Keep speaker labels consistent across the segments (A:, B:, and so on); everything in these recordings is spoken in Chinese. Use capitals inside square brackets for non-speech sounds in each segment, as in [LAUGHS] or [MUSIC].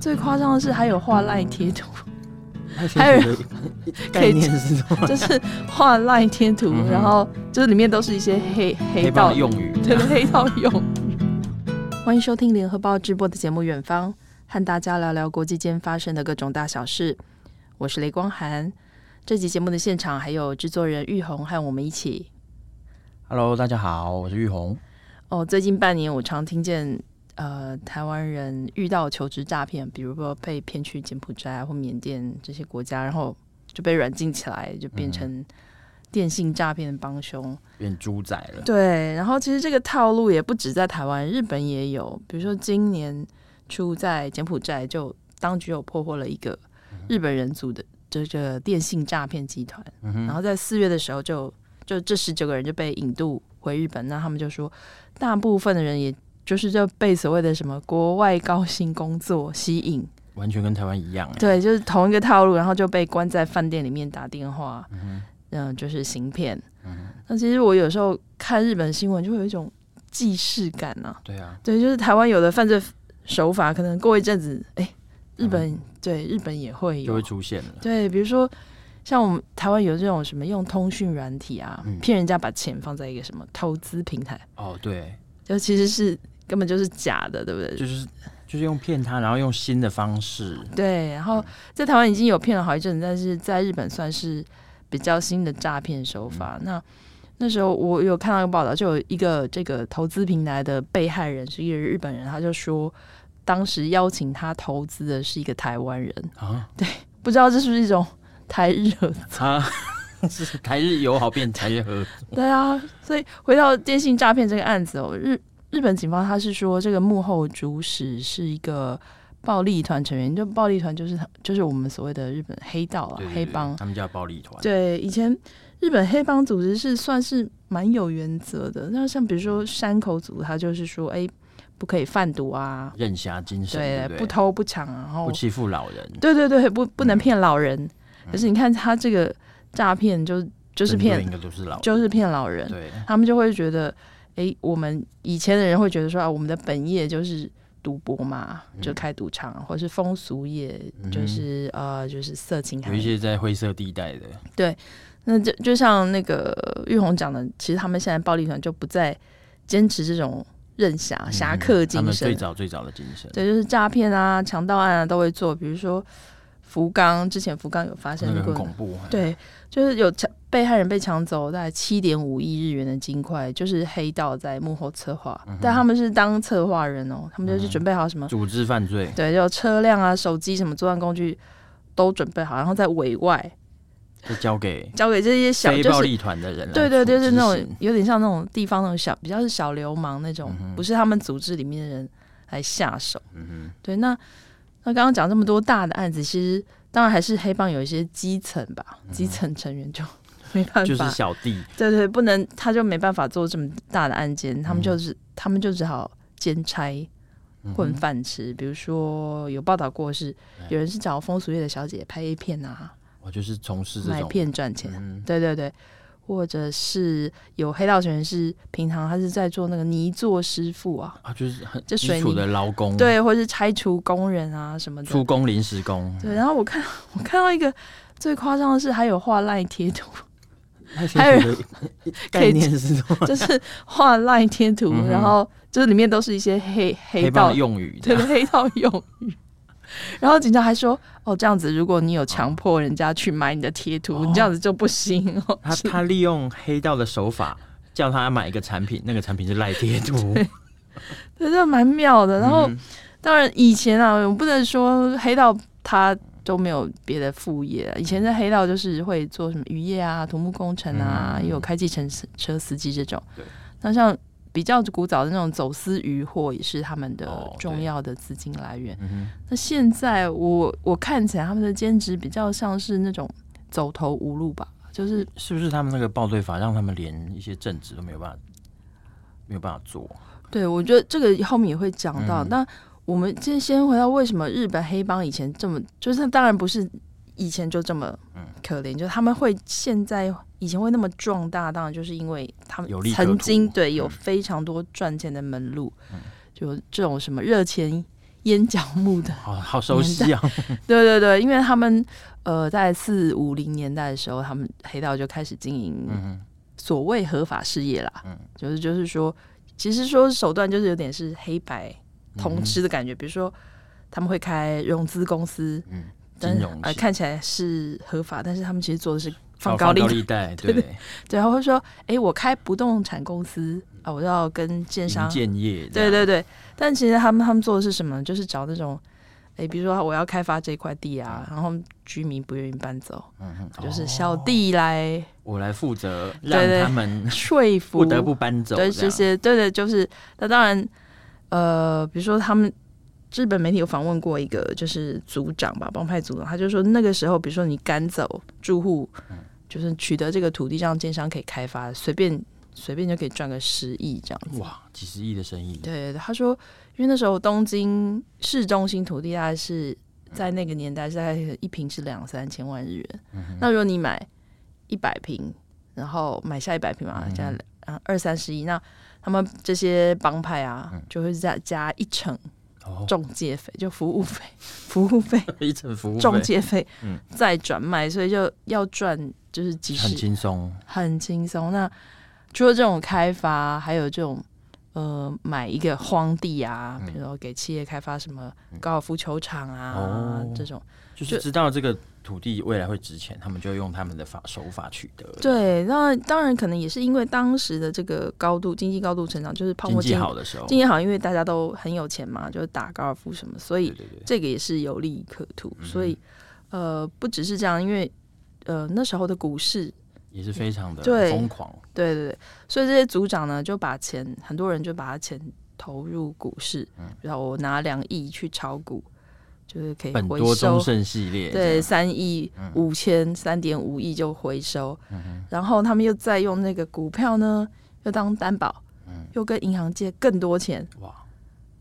A: 最夸张的是还有画赖贴
B: [LAUGHS]
A: 图，[LAUGHS]
B: 还有概念是什么？
A: 就是画赖贴图
B: 嗯，哼
A: 然后就是里面都是一些黑黑道
B: 的用语，
A: 对黑道
B: [LAUGHS]
A: 用语。欢迎收听联合报直播的节目《远方》，和大家聊聊国际间发生的各种大小事。我是雷光涵。这集节目的现场还有制作人玉红和我们一起
B: Hello，大家好，我是玉红。
A: 哦，最近半年我常听见呃台湾人遇到求职诈骗，比如说被骗去柬埔寨啊或缅甸这些国家，然后就被软禁起来，就变成电信诈骗的帮凶。
B: 变猪仔了，
A: 对，然后其实这个套路也不止在台湾，日本也有，比如说今年初在柬埔寨就当局有破获了一个日本人组的这个电信诈骗集团。
B: 嗯哼
A: 然后在四月的时候就，就这十九个人就被引渡回日本。那他们就说，大部分的人也就是就被所谓的什么国外高薪工作吸引，
B: 完全跟台湾一样哎、
A: 对，就是同一个套路，然后就被关在饭店里面打电话，嗯、就是行骗。
B: 嗯
A: 那其实我有时候看日本新闻，就会有一种既视感啊，
B: 对啊，
A: 对，就是台湾有的犯罪手法，可能过一阵子，哎，日本、对日本也会
B: 嗯
A: 有
B: 就
A: 啊
B: 会，出现了。
A: 对，比如说像我们台湾有这种什么用通讯软体啊
B: 嗯，
A: 骗、人家把钱放在一个什么投资平台，
B: 哦，对，
A: 就其实是根本就是假的，对不对？
B: 就是就是用骗他，然后用新的嗯方式，
A: 对，然后在台湾已经有骗了好一阵子，但是在日本算是比较新的诈骗手法。
B: 嗯
A: 那那时候我有看到一个报道，就有一个这个投资平台的被害人是一个日本人，他就说当时邀请他投资的是一个台湾人，
B: 啊
A: 不知道这是不是一种台日 [LAUGHS] 合作？
B: 他 [LAUGHS] 是台日友好变台
A: [LAUGHS]
B: 日和，
A: 对啊，所以回到电信诈骗这个案子哦，日日本警方他是说这个幕后主使是一个。暴力团成员，就暴力团就是就是我们所谓的日本黑道啊
B: 对，对
A: 黑
B: 对
A: 帮。
B: 他们叫暴力团，
A: 对，以前日本黑帮组织是算是蛮有原则的。那像比如
B: 嗯
A: 说山口组，他就是说，哎、不可以贩毒啊，
B: 任侠精神，对
A: 对，
B: 不
A: 不
B: 对？
A: 偷不抢啊，然后
B: 不欺嗯负老人，
A: 对对对，不不能骗老人。可是你看他这个诈骗，就就是
B: 应
A: 骗，
B: 该都是老人，
A: 就是骗老人，
B: 对，
A: 他们就会觉得，哎、我们以前的人会觉得说，啊，我们的本业就是。赌博嘛，
B: 嗯
A: 就开赌场，或是风俗业，就是、呃，就是色情行
B: 有一
A: 业，
B: 些在灰色地带的，
A: 那就就像那个玉红讲的，其实他们现在暴力团就不再坚持这种任侠啊侠客
B: 嗯他
A: 精
B: 们
A: 神
B: 最，早最早的精神，
A: 对，就是诈骗啊、强盗案啊都会做。比如说福冈之前福冈有发
B: 那
A: 生
B: 个
A: 过
B: 很，恐怖，
A: 对，就是有抢被害人被抢走大概七点五亿日元的金块，就是黑道在幕后策划，
B: 嗯
A: 但他们是当策划人哦，他们就是准备好什么，
B: 组织犯罪，
A: 对，就车辆啊、手机什么作案工具都准备好，然后在委外
B: 就交给
A: 交给这些小
B: 非
A: 就
B: 暴
A: 是
B: 力团的人来
A: 对对对，就是那
B: 执
A: 种
B: 行
A: 有点像那种地方那种小，比较是小流氓那种，不是他们组织里面的人来下手。
B: 嗯
A: 对，那那刚刚讲这么多大的案子，其实当然还是黑帮有一些基层吧，基层成员就没办法，
B: 哼，嗯就是小弟，
A: 对对，不能他就没办法做这么大的案
B: 嗯
A: 件，他们就是、他们就只好兼差。
B: 嗯
A: 混饭吃，比如说有报道过是有人是找风俗业的小姐拍 A 片啊，
B: 我就是从事这
A: 卖
B: 种，
A: 片赚钱，
B: 嗯，
A: 对对对，或者是有黑道成员是平常他是在做那个泥做师傅啊，
B: 啊，就是
A: [LAUGHS]
B: 很
A: 就水
B: 基
A: 泥
B: 础的劳工，，
A: 对，或者是拆除工人啊什么
B: 出
A: 的。
B: 工临时工，
A: 对，然后我看 [LAUGHS] 我看到一个最夸张的是，还有画赖贴图， [LAUGHS]
B: 那些
A: 还有 [LAUGHS]
B: 所谓的概念是什么？
A: 就是画赖贴图，
B: 嗯哼
A: 然后就是里面都是一些黑黑
B: 黑
A: 道
B: 帮的用语，
A: 对
B: 这样
A: 黑道用语。然后警察还说：“哦，这样子，如果你有
B: 哦
A: 强迫人家去买你的贴图，你这样子就不行哦。
B: 他他利用黑道的手法。叫他买一个产品，那个产品是赖贴图，
A: 对，这蛮妙的。然后，
B: 嗯
A: 当然以前啊，我不能说黑道他都没有别的副业啊。以前在黑道就是会做什么渔业啊、土木工程啊，
B: 嗯
A: 也有开计程车车司机这种
B: 对。
A: 那像比较古早的那种走私渔货，也是他们的
B: 哦
A: 重
B: 对
A: 要的资金来源。
B: 嗯
A: 那现在我我看起来他们的兼职比较像是那种走投无路吧，就是
B: 哼，是不是他们那个报对法让他们连一些正职都没有办法，没有办法做？
A: 对，我觉得这个后面也会讲到。
B: 嗯
A: 那我们先先回到为什么日本黑帮以前这么，就是当然不是以前就这么
B: 嗯
A: 可怜，就是他们会现在以前会那么壮大，当然就是因为他们
B: 有利可
A: 曾经
B: 图
A: 对有
B: 嗯
A: 非常多赚钱的门路，就这种什么热钱烟角木的，
B: 好好熟悉啊，
A: 对对对，因为他们呃在四五零年代的时候，他们黑道就开始经营
B: 嗯
A: 所谓合法事业啦，
B: 嗯
A: 就是就是说，其实说手段就是有点是黑白通吃的感觉，比如说他们会开融资公司，
B: 嗯，
A: 但
B: 金
A: 是
B: 融
A: 呃
B: 系
A: 看起来是合法，但是他们其实做的是放
B: 哦
A: 高利贷，
B: 贷，
A: [LAUGHS]
B: 对，
A: 对，然后会说，哎、我开不动产公司啊，我要跟建
B: 银
A: 商，
B: 建业这
A: 对
B: 样，
A: 对对，但其实他们他们做的是什么呢？就是找那种。哎，比如说我要开发这块地啊，然后居民不愿意搬走，
B: 嗯哼
A: 就是
B: 哦
A: 小弟
B: [LAUGHS]
A: 来
B: 我来负责让
A: 对对
B: 他们
A: 说服，
B: 不得不搬走，
A: 对
B: 这
A: 这
B: 样
A: 些，对对，就是那当然，呃，比如说他们日本媒体有访问过一个就是组长吧，帮派组长，他就说那个时候，比如说你赶走住户，
B: 嗯
A: 就是取得这个土地让建商可以开发，随便随便就可以赚个十亿这样子。
B: 哇，几十亿的生意，
A: 对对对，他说，因为那时候东京市中心土地大概
B: 嗯
A: 是在那个年代，是大概一平是两三千万日元。
B: 嗯
A: 那如果你买一百平，然后买下一百平嘛，
B: 嗯
A: 加啊二三十亿，那他们这些帮派啊，
B: 嗯
A: 就会再加一成
B: 哦， [LAUGHS]
A: 中介费，就服务费、服务费、
B: 一层服务费
A: 中介费
B: 嗯，
A: 再转卖，所以就要赚就是几
B: 很
A: 十
B: 轻松，
A: 很轻松。那除了这种开发，还有这种呃买一个荒地
B: 嗯
A: 啊，比如说给企业开发什么高尔夫球场啊、
B: 哦
A: 这种。
B: 就是知道这个土地未来会值钱，他们就用他们的法手法取得，，
A: 对，那当然可能也是因为当时的这个高度经济高度成长，就是泡
B: 经
A: 沫
B: 济
A: 经
B: 好的时候，
A: 经济好，因为大家都很有钱嘛，就是打高尔夫什么，所以
B: 对对嗯对，
A: 这个也是有利可图。所以呃，不只是这样，因为呃那时候的股市
B: 也是非常的
A: 对
B: 疯狂，
A: 对对对，所以这些组长呢，就把钱，很多人就把他钱投入股市，
B: 嗯
A: 然后我拿两亿去炒股，就是可以
B: 本
A: 回
B: 多
A: 收
B: 忠，胜系列，
A: 对，，三亿
B: 嗯
A: 五千三点五亿就回收，然后他们又再用那个股票呢，又当担保，又跟银行借更多钱，
B: 哇，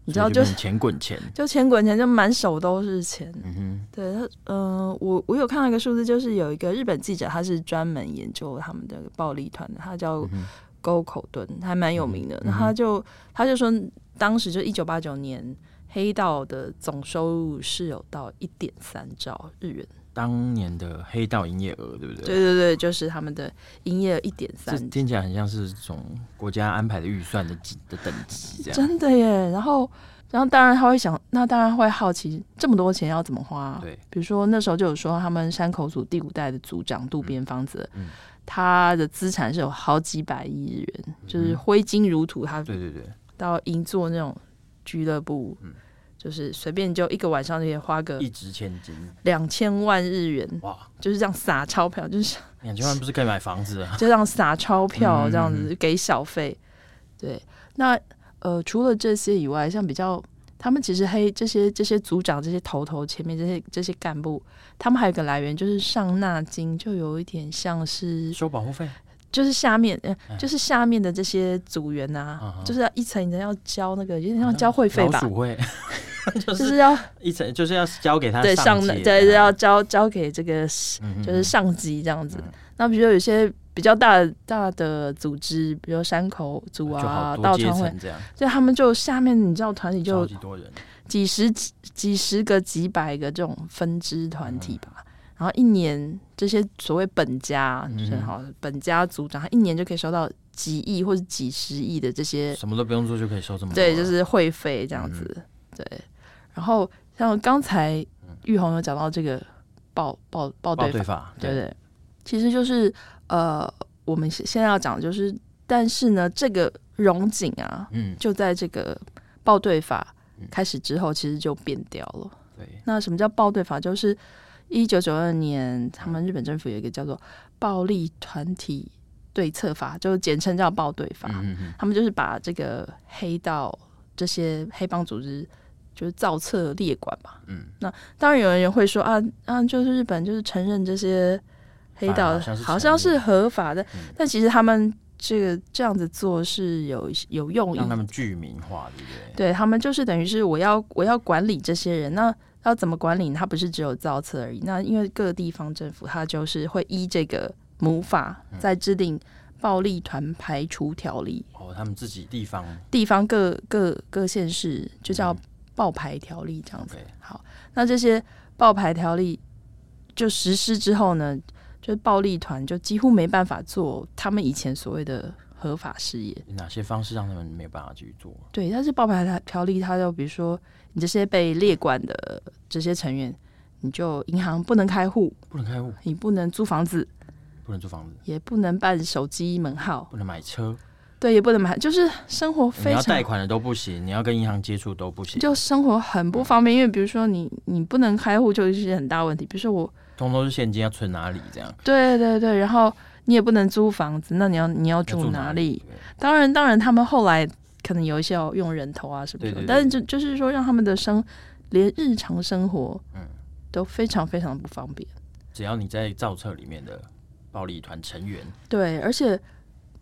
A: 你知道
B: 嗯所以就
A: 就是
B: 钱滚钱，
A: 就钱滚钱，就满手都是钱。
B: 嗯哼，
A: 对他，嗯、我我有看到一个数字，就是有一个日本记者，他是专门研究他们的暴力团的，他叫
B: 嗯
A: 沟口敦，还蛮有名的。那、他就他就说，当时就一九八九年，黑道的总收入是有到一点三兆日元。
B: 当年的黑道营业额，对不对？
A: 对对对，就是他们的营业一点
B: 这
A: 三，
B: 听起来很像是这种国家安排的预算的级的等级这样。
A: 真的耶。然后，然后当然他会想，那当然会好奇这么多钱要怎么花、
B: 对，
A: 比如说那时候就有说，他们山口组第五代的组长渡边芳子，
B: 嗯嗯
A: 他的资产是有好几百亿日元，就是挥金如土。他
B: 嗯对对对，
A: 到银座那种俱乐部，就是随便就一个晚上就可以花个
B: 嗯一掷千金，
A: 两千万日元，
B: 哇，
A: 就是这样撒钞票，就是
B: 两千万不是可以买房子 [LAUGHS] 啊？
A: 就这样撒钞
B: 嗯嗯
A: 票，
B: 嗯
A: 这样子给小费。对，那呃，除了这些以外，像比较他们其实黑这些这些组长、这些头头、前面这些这些干部，他们还有一个来源就是上纳金，就有一点像是
B: 收保护费，
A: 就是下面、呃、
B: 哎
A: 就是下面的这些组员呐、
B: 嗯嗯
A: 就是要一层一层要交那个有点像哦交会费
B: 啊老
A: 吧。
B: 鼠会， [LAUGHS] 就
A: 就是是要
B: 一层就是要交给他
A: 对上
B: 阶
A: 对对要
B: 啊
A: 交交给这个
B: 嗯哼
A: 就是上级这样子
B: 嗯。
A: 那比如有些比较大大的组织，比如山口组
B: 就好
A: 啊、
B: 多
A: 道
B: 阶
A: 川会，
B: 层这样，
A: 就他们就下面你知道团体
B: 超
A: 就
B: 级多人，
A: 几十几几十个、几百个这种分支团体
B: 嗯
A: 吧。然后一年这些所谓本家，
B: 嗯
A: 就是好本家组长，他一年就可以收到几亿或者几十亿的这些
B: 什么啊嗯都不用做就可以收这么多，
A: 对，就是会费这样子。对，然后像刚才玉红有讲到这个报报报
B: 嗯报
A: 对
B: 对
A: 法，
B: 法，
A: 对对，其实就是呃，我们现现在要讲的就是，但是呢，这个荣景啊，
B: 嗯
A: 就在这个报对法开始之后，其实就变掉了。
B: 对，
A: 那什么叫报对法？就是一九九二年，他们日本政府有一个叫做暴力团体对策法，就是简称叫报对法。
B: 嗯嗯嗯，
A: 他们就是把这个黑道这些黑帮组织就是造册列管吧。
B: 嗯，
A: 那当然有人也会说啊啊，就是日本就是承认这些黑
B: 反
A: 道
B: 而好像是
A: 好像
B: 承
A: 是
B: 认
A: 合法的，
B: 嗯
A: 但其实他们这个这样子做是有有用意
B: 让他
A: 的。
B: 们具名化，对不对？
A: 对他们就是等于是我要我要管理这些人，那要怎么管理呢？他不是只有造册而已。那因为各地方政府他就是会依这个母法
B: 嗯
A: 在制定暴力团排除条例，
B: 哦，他们自己地方
A: 地方各各各县市就叫、爆牌条例这样子。
B: 嗯 OK，
A: 好，那这些爆牌条例就实施之后呢，就是暴力团就几乎没办法做他们以前所谓的合法事业。
B: 哪些方式让他们没有办法继续做？
A: 对，但是爆牌条条例，它就比如说你这些被列管的这些成员，你就银行不能开户，
B: 不能开户，
A: 你不能租房子，
B: 不能租房子，
A: 也不能办手机门号，
B: 不能买车，
A: 对，也不能买，就是生活
B: 你
A: 非
B: 要
A: 常
B: 贷款的都不行，你要跟银行接触都不行，
A: 就生活很不方便，因为比如说你你不能开户就是一件很大问题，比如说我，
B: 通通是现金，要存哪里这样？
A: 对对对，然后你也不能租房子，那你要你要
B: 要住
A: 住哪
B: 里
A: 里？？当然当然，他们后来可能有一些要用人头啊什么
B: 对
A: 什么，
B: 对对
A: 但是就就是说让他们的生连日常生活
B: 嗯
A: 都非常非常不方便。
B: 只要你在造册里面的暴力团成员，
A: 对，而且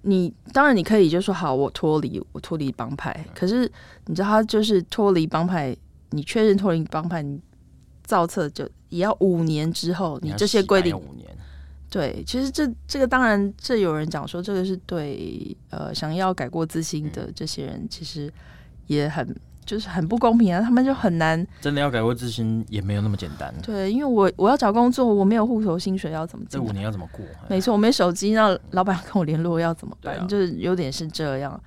A: 你当然你可以就说好，我脱离，我脱离帮派。
B: 嗯
A: 可是你知道，他就是脱离帮派，你确认脱离帮派，你造册就也要五年之后，你
B: 要
A: 这些
B: 洗白
A: 规定
B: 要五年，
A: 对，其实这这个当然，这有人讲说这个是对呃想要改过自新
B: 嗯
A: 的这些人，其实也很就是很不公平啊，他们就很难
B: 真的要改过自新也没有那么简单。
A: 对，因为我我要找工作，我没有户头薪水要怎么
B: 这
A: 进来
B: 五年要怎么过？
A: 没错，我没手机，那老板跟我联络要怎么办？
B: 哎对啊
A: 就是有点是这样。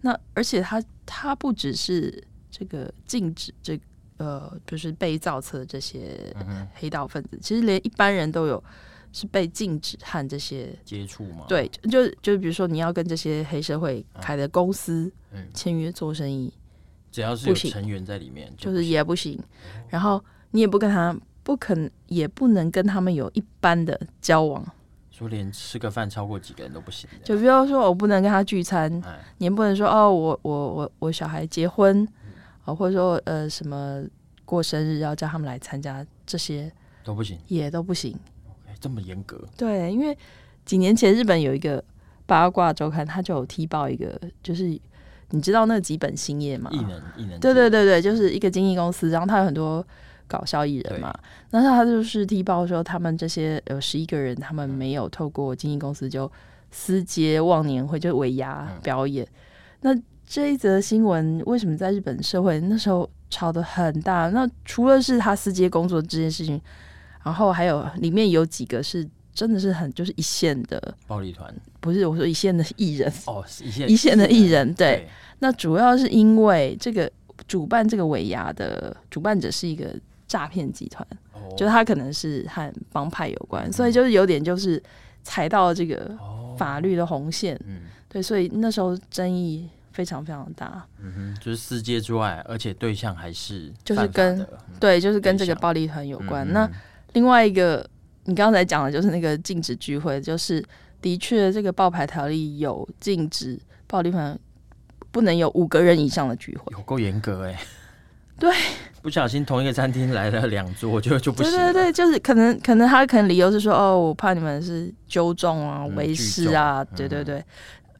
A: 那而且他他不只是这个禁止这个呃，就是被造册的这些
B: 嗯哼，
A: 黑道分子，其实连一般人都有是被禁止和这些
B: 接触嘛，，
A: 对，就就比如说你要跟这些黑社会开的公司
B: 嗯，
A: 签约做生意，
B: 只要是有
A: 不行
B: 成员在里面，
A: 就
B: 不
A: 是
B: 行哦
A: 也不行。然后你也不跟他不肯，也不能跟他们有一般的交往。
B: 说连吃个饭超过几个人都不行这
A: 就
B: 样，
A: 比如说我不能跟他聚餐，
B: 啊哎，
A: 你也不能说哦，我我我我小孩结婚，哦，或者说呃什么过生日要叫他们来参加，这些
B: 都不行，
A: 也都不行。
B: 哎这么严格，
A: 对，因为几年前日本有一个八卦周刊，他就有踢爆一个，就是你知道那几本星业吗？
B: 异能异能，
A: 对对，对对，就是一个经纪公司，然后他有很多搞笑艺人嘛，然后他就是踢爆说他们这些有十一个人，他们没有透过经纪公司就私接忘年会，就尾牙
B: 嗯
A: 表演。那这一则新闻为什么在日本社会那时候吵得很大？那除了是他私接工作这件事情，然后还有里面有几个是真的是很就是一线的，
B: 暴力团
A: 不是我说一线的艺人，
B: 哦，一
A: [LAUGHS]
B: 线
A: 一线的艺人，对，
B: 对，
A: 那主要是因为这个主办这个尾牙的主办者是一个诈骗集团，
B: 哦
A: 就是他可能是和帮派有关，
B: 嗯
A: 所以就是有点就是踩到这个
B: 哦，
A: 法律的红线，
B: 嗯
A: 对，所以那时候争议非常非常大，
B: 嗯哼，就是世界之外，而且对象还是
A: 就是
B: 犯法
A: 跟
B: 的嗯
A: 对，就是跟这
B: 对
A: 个
B: 像
A: 暴力团有关。
B: 嗯
A: 那
B: 嗯
A: 另外一个你刚才讲的就是那个禁止聚会，就是的确这个爆牌条例有禁止暴力团不能有五个人以上的聚会。
B: 有够严格哎，
A: 对，
B: [LAUGHS] 不小心同一个餐厅来了两桌就就不
A: 对
B: 行
A: 对
B: 了，
A: 对，就是可能可能他可能理由是说哦，我怕你们是纠众啊
B: 嗯、
A: 为师啊，
B: 聚众
A: 对对
B: 嗯
A: 对。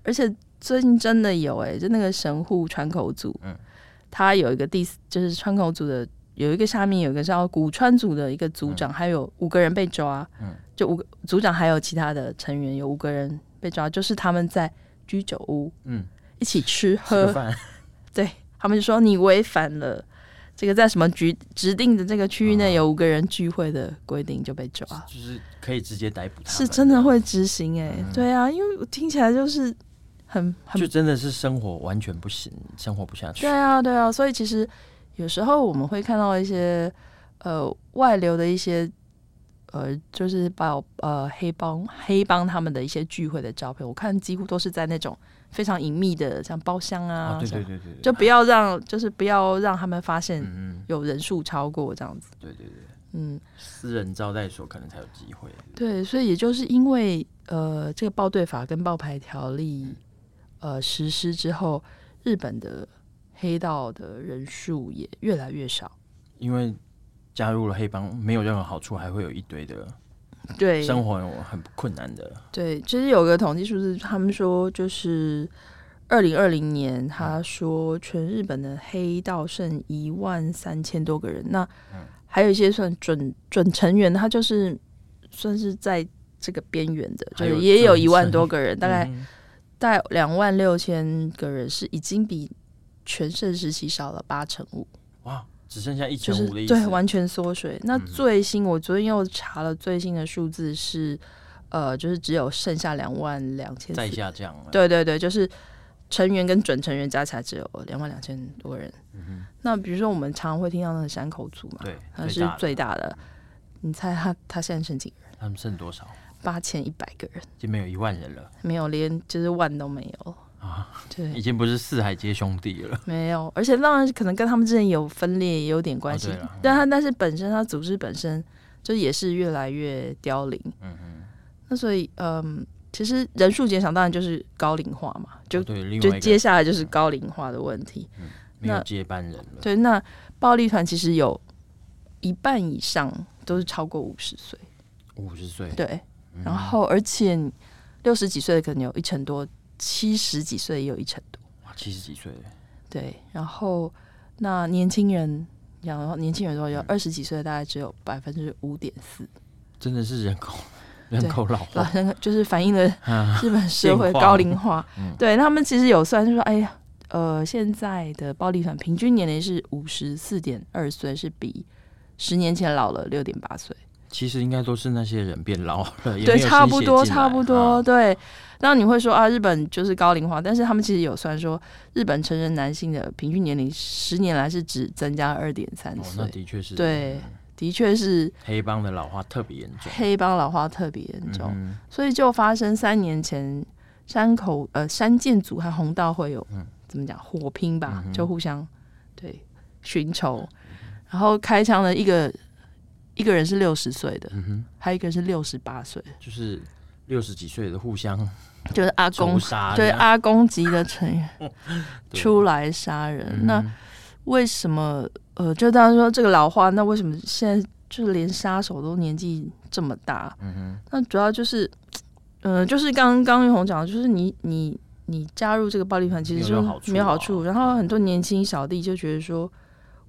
A: 而且最近真的有哎、就那个神户川口组，
B: 嗯
A: 他有一个第四就是川口组的有一个下面有一个叫古川组的一个组长，还有五个人被抓，
B: 嗯
A: 就五个组长还有其他的成员有五个人被抓，就是他们在居酒屋
B: 嗯，
A: 一起吃
B: 吃
A: 喝
B: 个饭 [LAUGHS]
A: 他们就说你违反了这个在什么局指定的这个区域内
B: 嗯
A: 有五个人聚会的规定就被抓，
B: 就是可以直接逮捕他们，
A: 是真的会执行哎、
B: 嗯
A: 对啊，因为我听起来就是很
B: 就
A: 很
B: 真的是生活完全不行，生活不下去
A: 对。啊对啊，所以其实有时候我们会看到一些呃外流的一些。呃，就是把呃黑帮黑帮他们的一些聚会的照片，我看几乎都是在那种非常隐秘的，像包厢啊，
B: 啊，对
A: 什么
B: 对对对，对
A: 就不要让，就是不要让他们发现
B: 嗯嗯，
A: 有人数超过这样子。
B: 对对对，
A: 嗯，
B: 私人招待所可能才有机会。
A: 对，所以也就是因为呃，这个报队法跟报牌条例呃实施之后，日本的黑道的人数也越来越少。
B: 因为加入了黑帮没有任何好处，还会有一堆的
A: 对，
B: 生活很困难的。
A: 对，其实有个统计数字，他们说就是二零二零年，他说全日本的黑道剩一万三千多个人，那
B: 嗯
A: 还有一些算准准成员，他就是算是在这个边缘的，就
B: 还有
A: 是也有
B: 准
A: 一万
B: 成
A: 多个人，大概
B: 嗯
A: 大概两万六千个人是已经比全盛时期少了八成五，
B: 哇，只剩下一
A: 就
B: 千
A: 是
B: 五的意思，嗯
A: 对完全缩水。那最新我昨天又查了最新的数字是，呃，就是只有剩下两万两千
B: 再下降了。
A: 对对对，就是成员跟准成员加起来只有两万两千多人。那比如说我们常会听到那个山口组嘛，
B: 嗯对
A: 那
B: 最
A: 是
B: 大的
A: 最大的。你猜他他现在剩几个人？
B: 他们剩多少？
A: 八千一百个人，
B: 已经没有一万人了，
A: 没有连就是万都没有
B: 啊！
A: 对，
B: 已经不是四海皆兄弟了。
A: 没有，而且当然可能跟他们之前有分裂也有点关系，
B: 哦对啦
A: 但他但是本身他组织本身就也是越来越凋零，
B: 嗯嗯，
A: 那所以嗯，其实人数减少当然就是高龄化嘛，就、
B: 哦对，另
A: 就
B: 外一
A: 接
B: 个嗯
A: 下来就是高龄化的问题。
B: 没有
A: 那
B: 接班人了。
A: 对，那暴力团其实有一半以上都是超过五十岁，
B: 五十岁，
A: 对，
B: 嗯
A: 然后而且六十几岁的可能有一成多，七十几岁也有一成多。
B: 哇，七十几岁了，
A: 对，然后那年轻人，然后年轻人的话，
B: 嗯
A: 有二十几岁，大概只有百分之五点四，
B: 真的是人口人
A: 对
B: 口老
A: 老
B: 化。
A: 人就是反
B: [LAUGHS]
A: 映了日本社会
B: 啊变化
A: 高龄化。
B: 嗯
A: 对，那他们其实有算，就说哎呀，呃，现在的暴力团平均年龄是五十四点二岁，是比十年前老了六点八岁。
B: 其实应该都是那些人变老了，也
A: 对，
B: 没有
A: 差
B: 新
A: 不
B: 血
A: 多，
B: 进
A: 差
B: 来
A: 不多。
B: 啊
A: 对，那你会说啊，日本就是高龄化，但是他们其实有算说，日本成人男性的平均年龄十年来是只增加二点三
B: 哦，
A: 岁
B: 那。的确是
A: 对，的确是
B: 黑帮的老化特别严重，
A: 黑帮老化特别严重，
B: 嗯
A: 所以就发生三年前山口呃山建组和红道会有、
B: 嗯
A: 怎么讲火拼吧，
B: 嗯哼
A: 就互相对寻仇，然后开枪的一个一个人是六十岁的，
B: 嗯哼，
A: 还有一个是六十八岁，
B: 就是六十几岁的互相
A: 就是阿
B: 仇
A: 公
B: 杀这
A: 对
B: 样，
A: 阿公级的成员
B: [LAUGHS] 对
A: 出来杀人，
B: 嗯哼
A: 那为什么呃就当然说这个老话，那为什么现在就是连杀手都年纪这么大？
B: 嗯哼，
A: 那主要就是，呃，就是刚刚玉红讲的，就是你你你加入这个暴力团，其实
B: 没有
A: 就
B: 好处
A: 没有好
B: 啊
A: 处。然后很多年轻小弟就觉得说，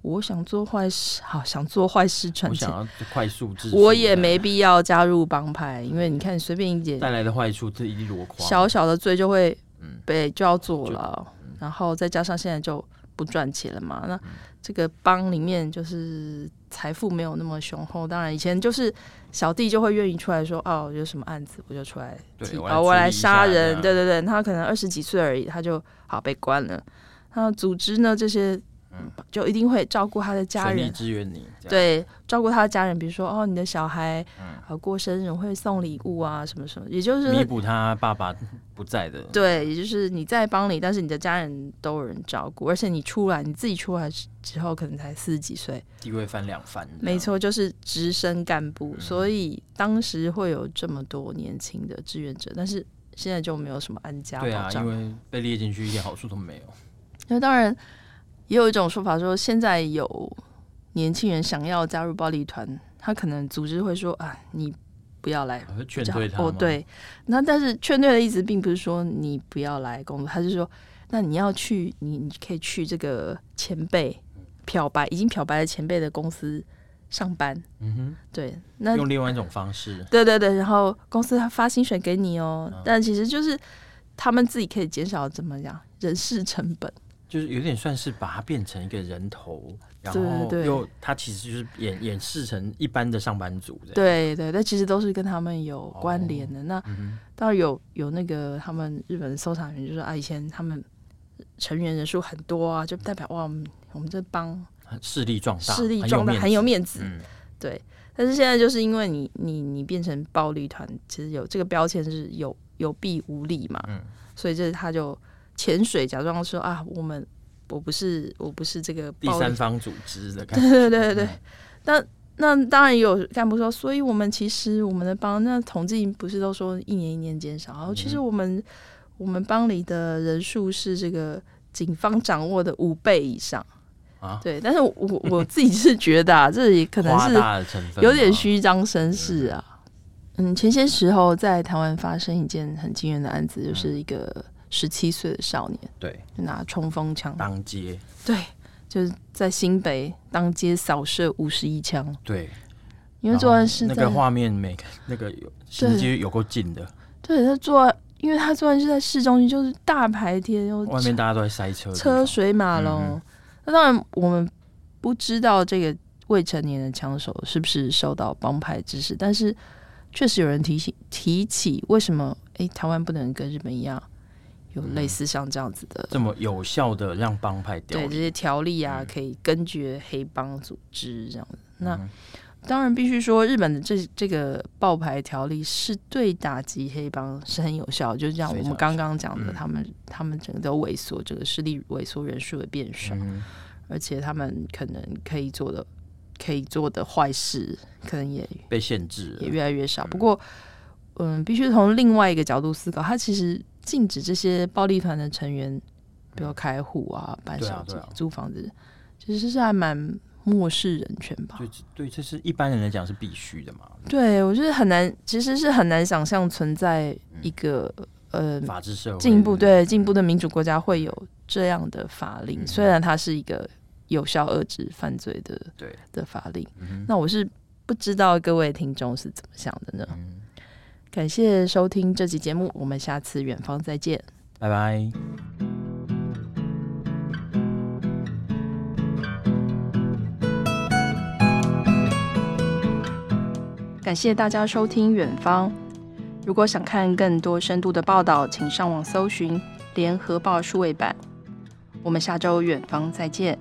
A: 我想做坏事，好想做坏事赚
B: 我
A: 钱
B: 想，要快速致富
A: 我也
B: 的
A: 没必要加入帮派，因为你看随便一点
B: 带来的坏处，这一箩筐。
A: 小小的罪就会
B: 嗯
A: 被就要坐牢，然后再加上现在就不赚钱了嘛，
B: 嗯
A: 那这个帮里面就是财富没有那么雄厚，当然以前就是小弟就会愿意出来说，哦，有什么案子我就出来
B: 对
A: 提，
B: 我来
A: 哦，我
B: 处
A: 来
B: 理一
A: 杀
B: 下
A: 人，
B: 这
A: 对对对，他可能二十几岁而已，他就好被关了。那组织呢，这些嗯就一定会照顾他的家
B: 全力
A: 人，
B: 支援你，这样，
A: 对，照顾他的家人，比如说哦，你的小孩呃过生日我会送礼物啊，什么什么，也就是
B: 嗯弥补他爸爸不在的，
A: 对，也就是你在帮你，但是你的家人都有人照顾，而且你出来你自己出来之后，可能才四十几岁，
B: 地位翻两番。
A: 没，错，就是直升干
B: 嗯
A: 部，所以当时会有这么多年轻的志愿者，但是现在就没有什么安家
B: 对啊
A: 保，障。
B: 因为被列进去一点好处都没有。
A: 那当然也有一种说法说，现在有年轻人想要加入暴力团，他可能组织会说啊，你不要来
B: 会劝退他
A: 哦，
B: 吗，
A: 对，那但是劝退的意思并不是说你不要来工作，他是说那你要去，你你可以去这个前辈漂白已经漂白的前辈的公司上班。
B: 嗯
A: 对，那
B: 哼，用另外一种方式，
A: 对对对，然后公司他发薪水给你哦，
B: 嗯
A: 但其实就是他们自己可以减少怎么样人事成本。
B: 就是有点算是把它变成一个人头，然
A: 对
B: 后
A: 对
B: 又他其实就是演演示成一般的上班族这样。
A: 对对，但其实都是跟他们有关联的。那
B: 嗯
A: 当然有有那个他们日本搜查员就说啊，以前他们成员人数很多啊，就代表哇，我们我们这帮
B: 哼，势力壮大，
A: 势力
B: 很有
A: 壮大，
B: 面
A: 很有
B: 子
A: 面子。
B: 嗯，
A: 对，但是现在就是因为你你你变成暴力团，其实有这个标签是有有弊无利嘛，
B: 嗯
A: 所以这他就潜水假装说啊，我们我不是我不是这个
B: 第
A: 暴力
B: 三方组织的感
A: 对 [LAUGHS]
B: 觉。
A: 对对
B: 嗯
A: 对，那那当然也有干部说，所以我们其实我们的帮那统计不是都说一年一年减少，然后其
B: 嗯
A: 实我们、我们帮里的人数是这个警方掌握的五倍以上
B: 啊
A: 对，但是我我我自己是觉得啊，这里可能
B: 夸
A: 是
B: 大的成分啊
A: 有点
B: 吗
A: 虚张声势啊。嗯，前些时候在台湾发生一件很惊人的案
B: 嗯
A: 子，就是一个十七岁的少年
B: 对，
A: 就拿冲锋枪，
B: 当街
A: 对，就是在新北当街扫射五十一枪，
B: 对，
A: 因为作案是
B: 啊那
A: 在、
B: 个画面每个那个有心机有够近的，
A: 对他作案，因为他作案是在市中心，就是大白天，又
B: 外面大家都在塞车的地方，
A: 车水马龙。那当然，我们不知道这个未成年的枪手是不是受到帮派指使，但是确实有人提起提起为什么诶台湾不能跟日本一样有类似像这样子的、
B: 这么有效的让帮派掉
A: 对这
B: 离。
A: 些条例啊，
B: 嗯
A: 可以根绝黑帮组织这样子。那、
B: 嗯
A: 当然必须说，日本的这这个爆牌条例是对打击黑帮是很有效的，就是像
B: 非
A: 我
B: 常
A: 们刚刚讲的，
B: 嗯
A: 他们他们整个都萎缩，整个势力萎缩，人数也变少，
B: 嗯
A: 而且他们可能可以做的可以做的坏事，可能也
B: 被限制
A: 也
B: 了，
A: 越来越少。不过，嗯，必须从另外一个角度思考，它其实禁止这些暴力团的成员，比如开户啊、办
B: 对啊
A: 小姐、
B: 对啊
A: 租房子，其实是还蛮漠视人权吧。
B: 就对，这是一般人来讲是必须的嘛，
A: 对，我觉得很难，其实是很难想象存在一个、呃
B: 嗯法治社会
A: 进步对进步的民主国家会有这样的法令，
B: 嗯
A: 虽然它是一个有效遏制犯罪的
B: 对，
A: 的法令。
B: 嗯
A: 那我是不知道各位听众是怎么想的呢？
B: 哼嗯，
A: 感谢收听这期节目，我们下次远方再见。
B: 拜拜。
A: 感谢大家收听《远方》。如果想看更多深度的报道，请上网搜寻《联合报》数位版。我们下周《远方》再见。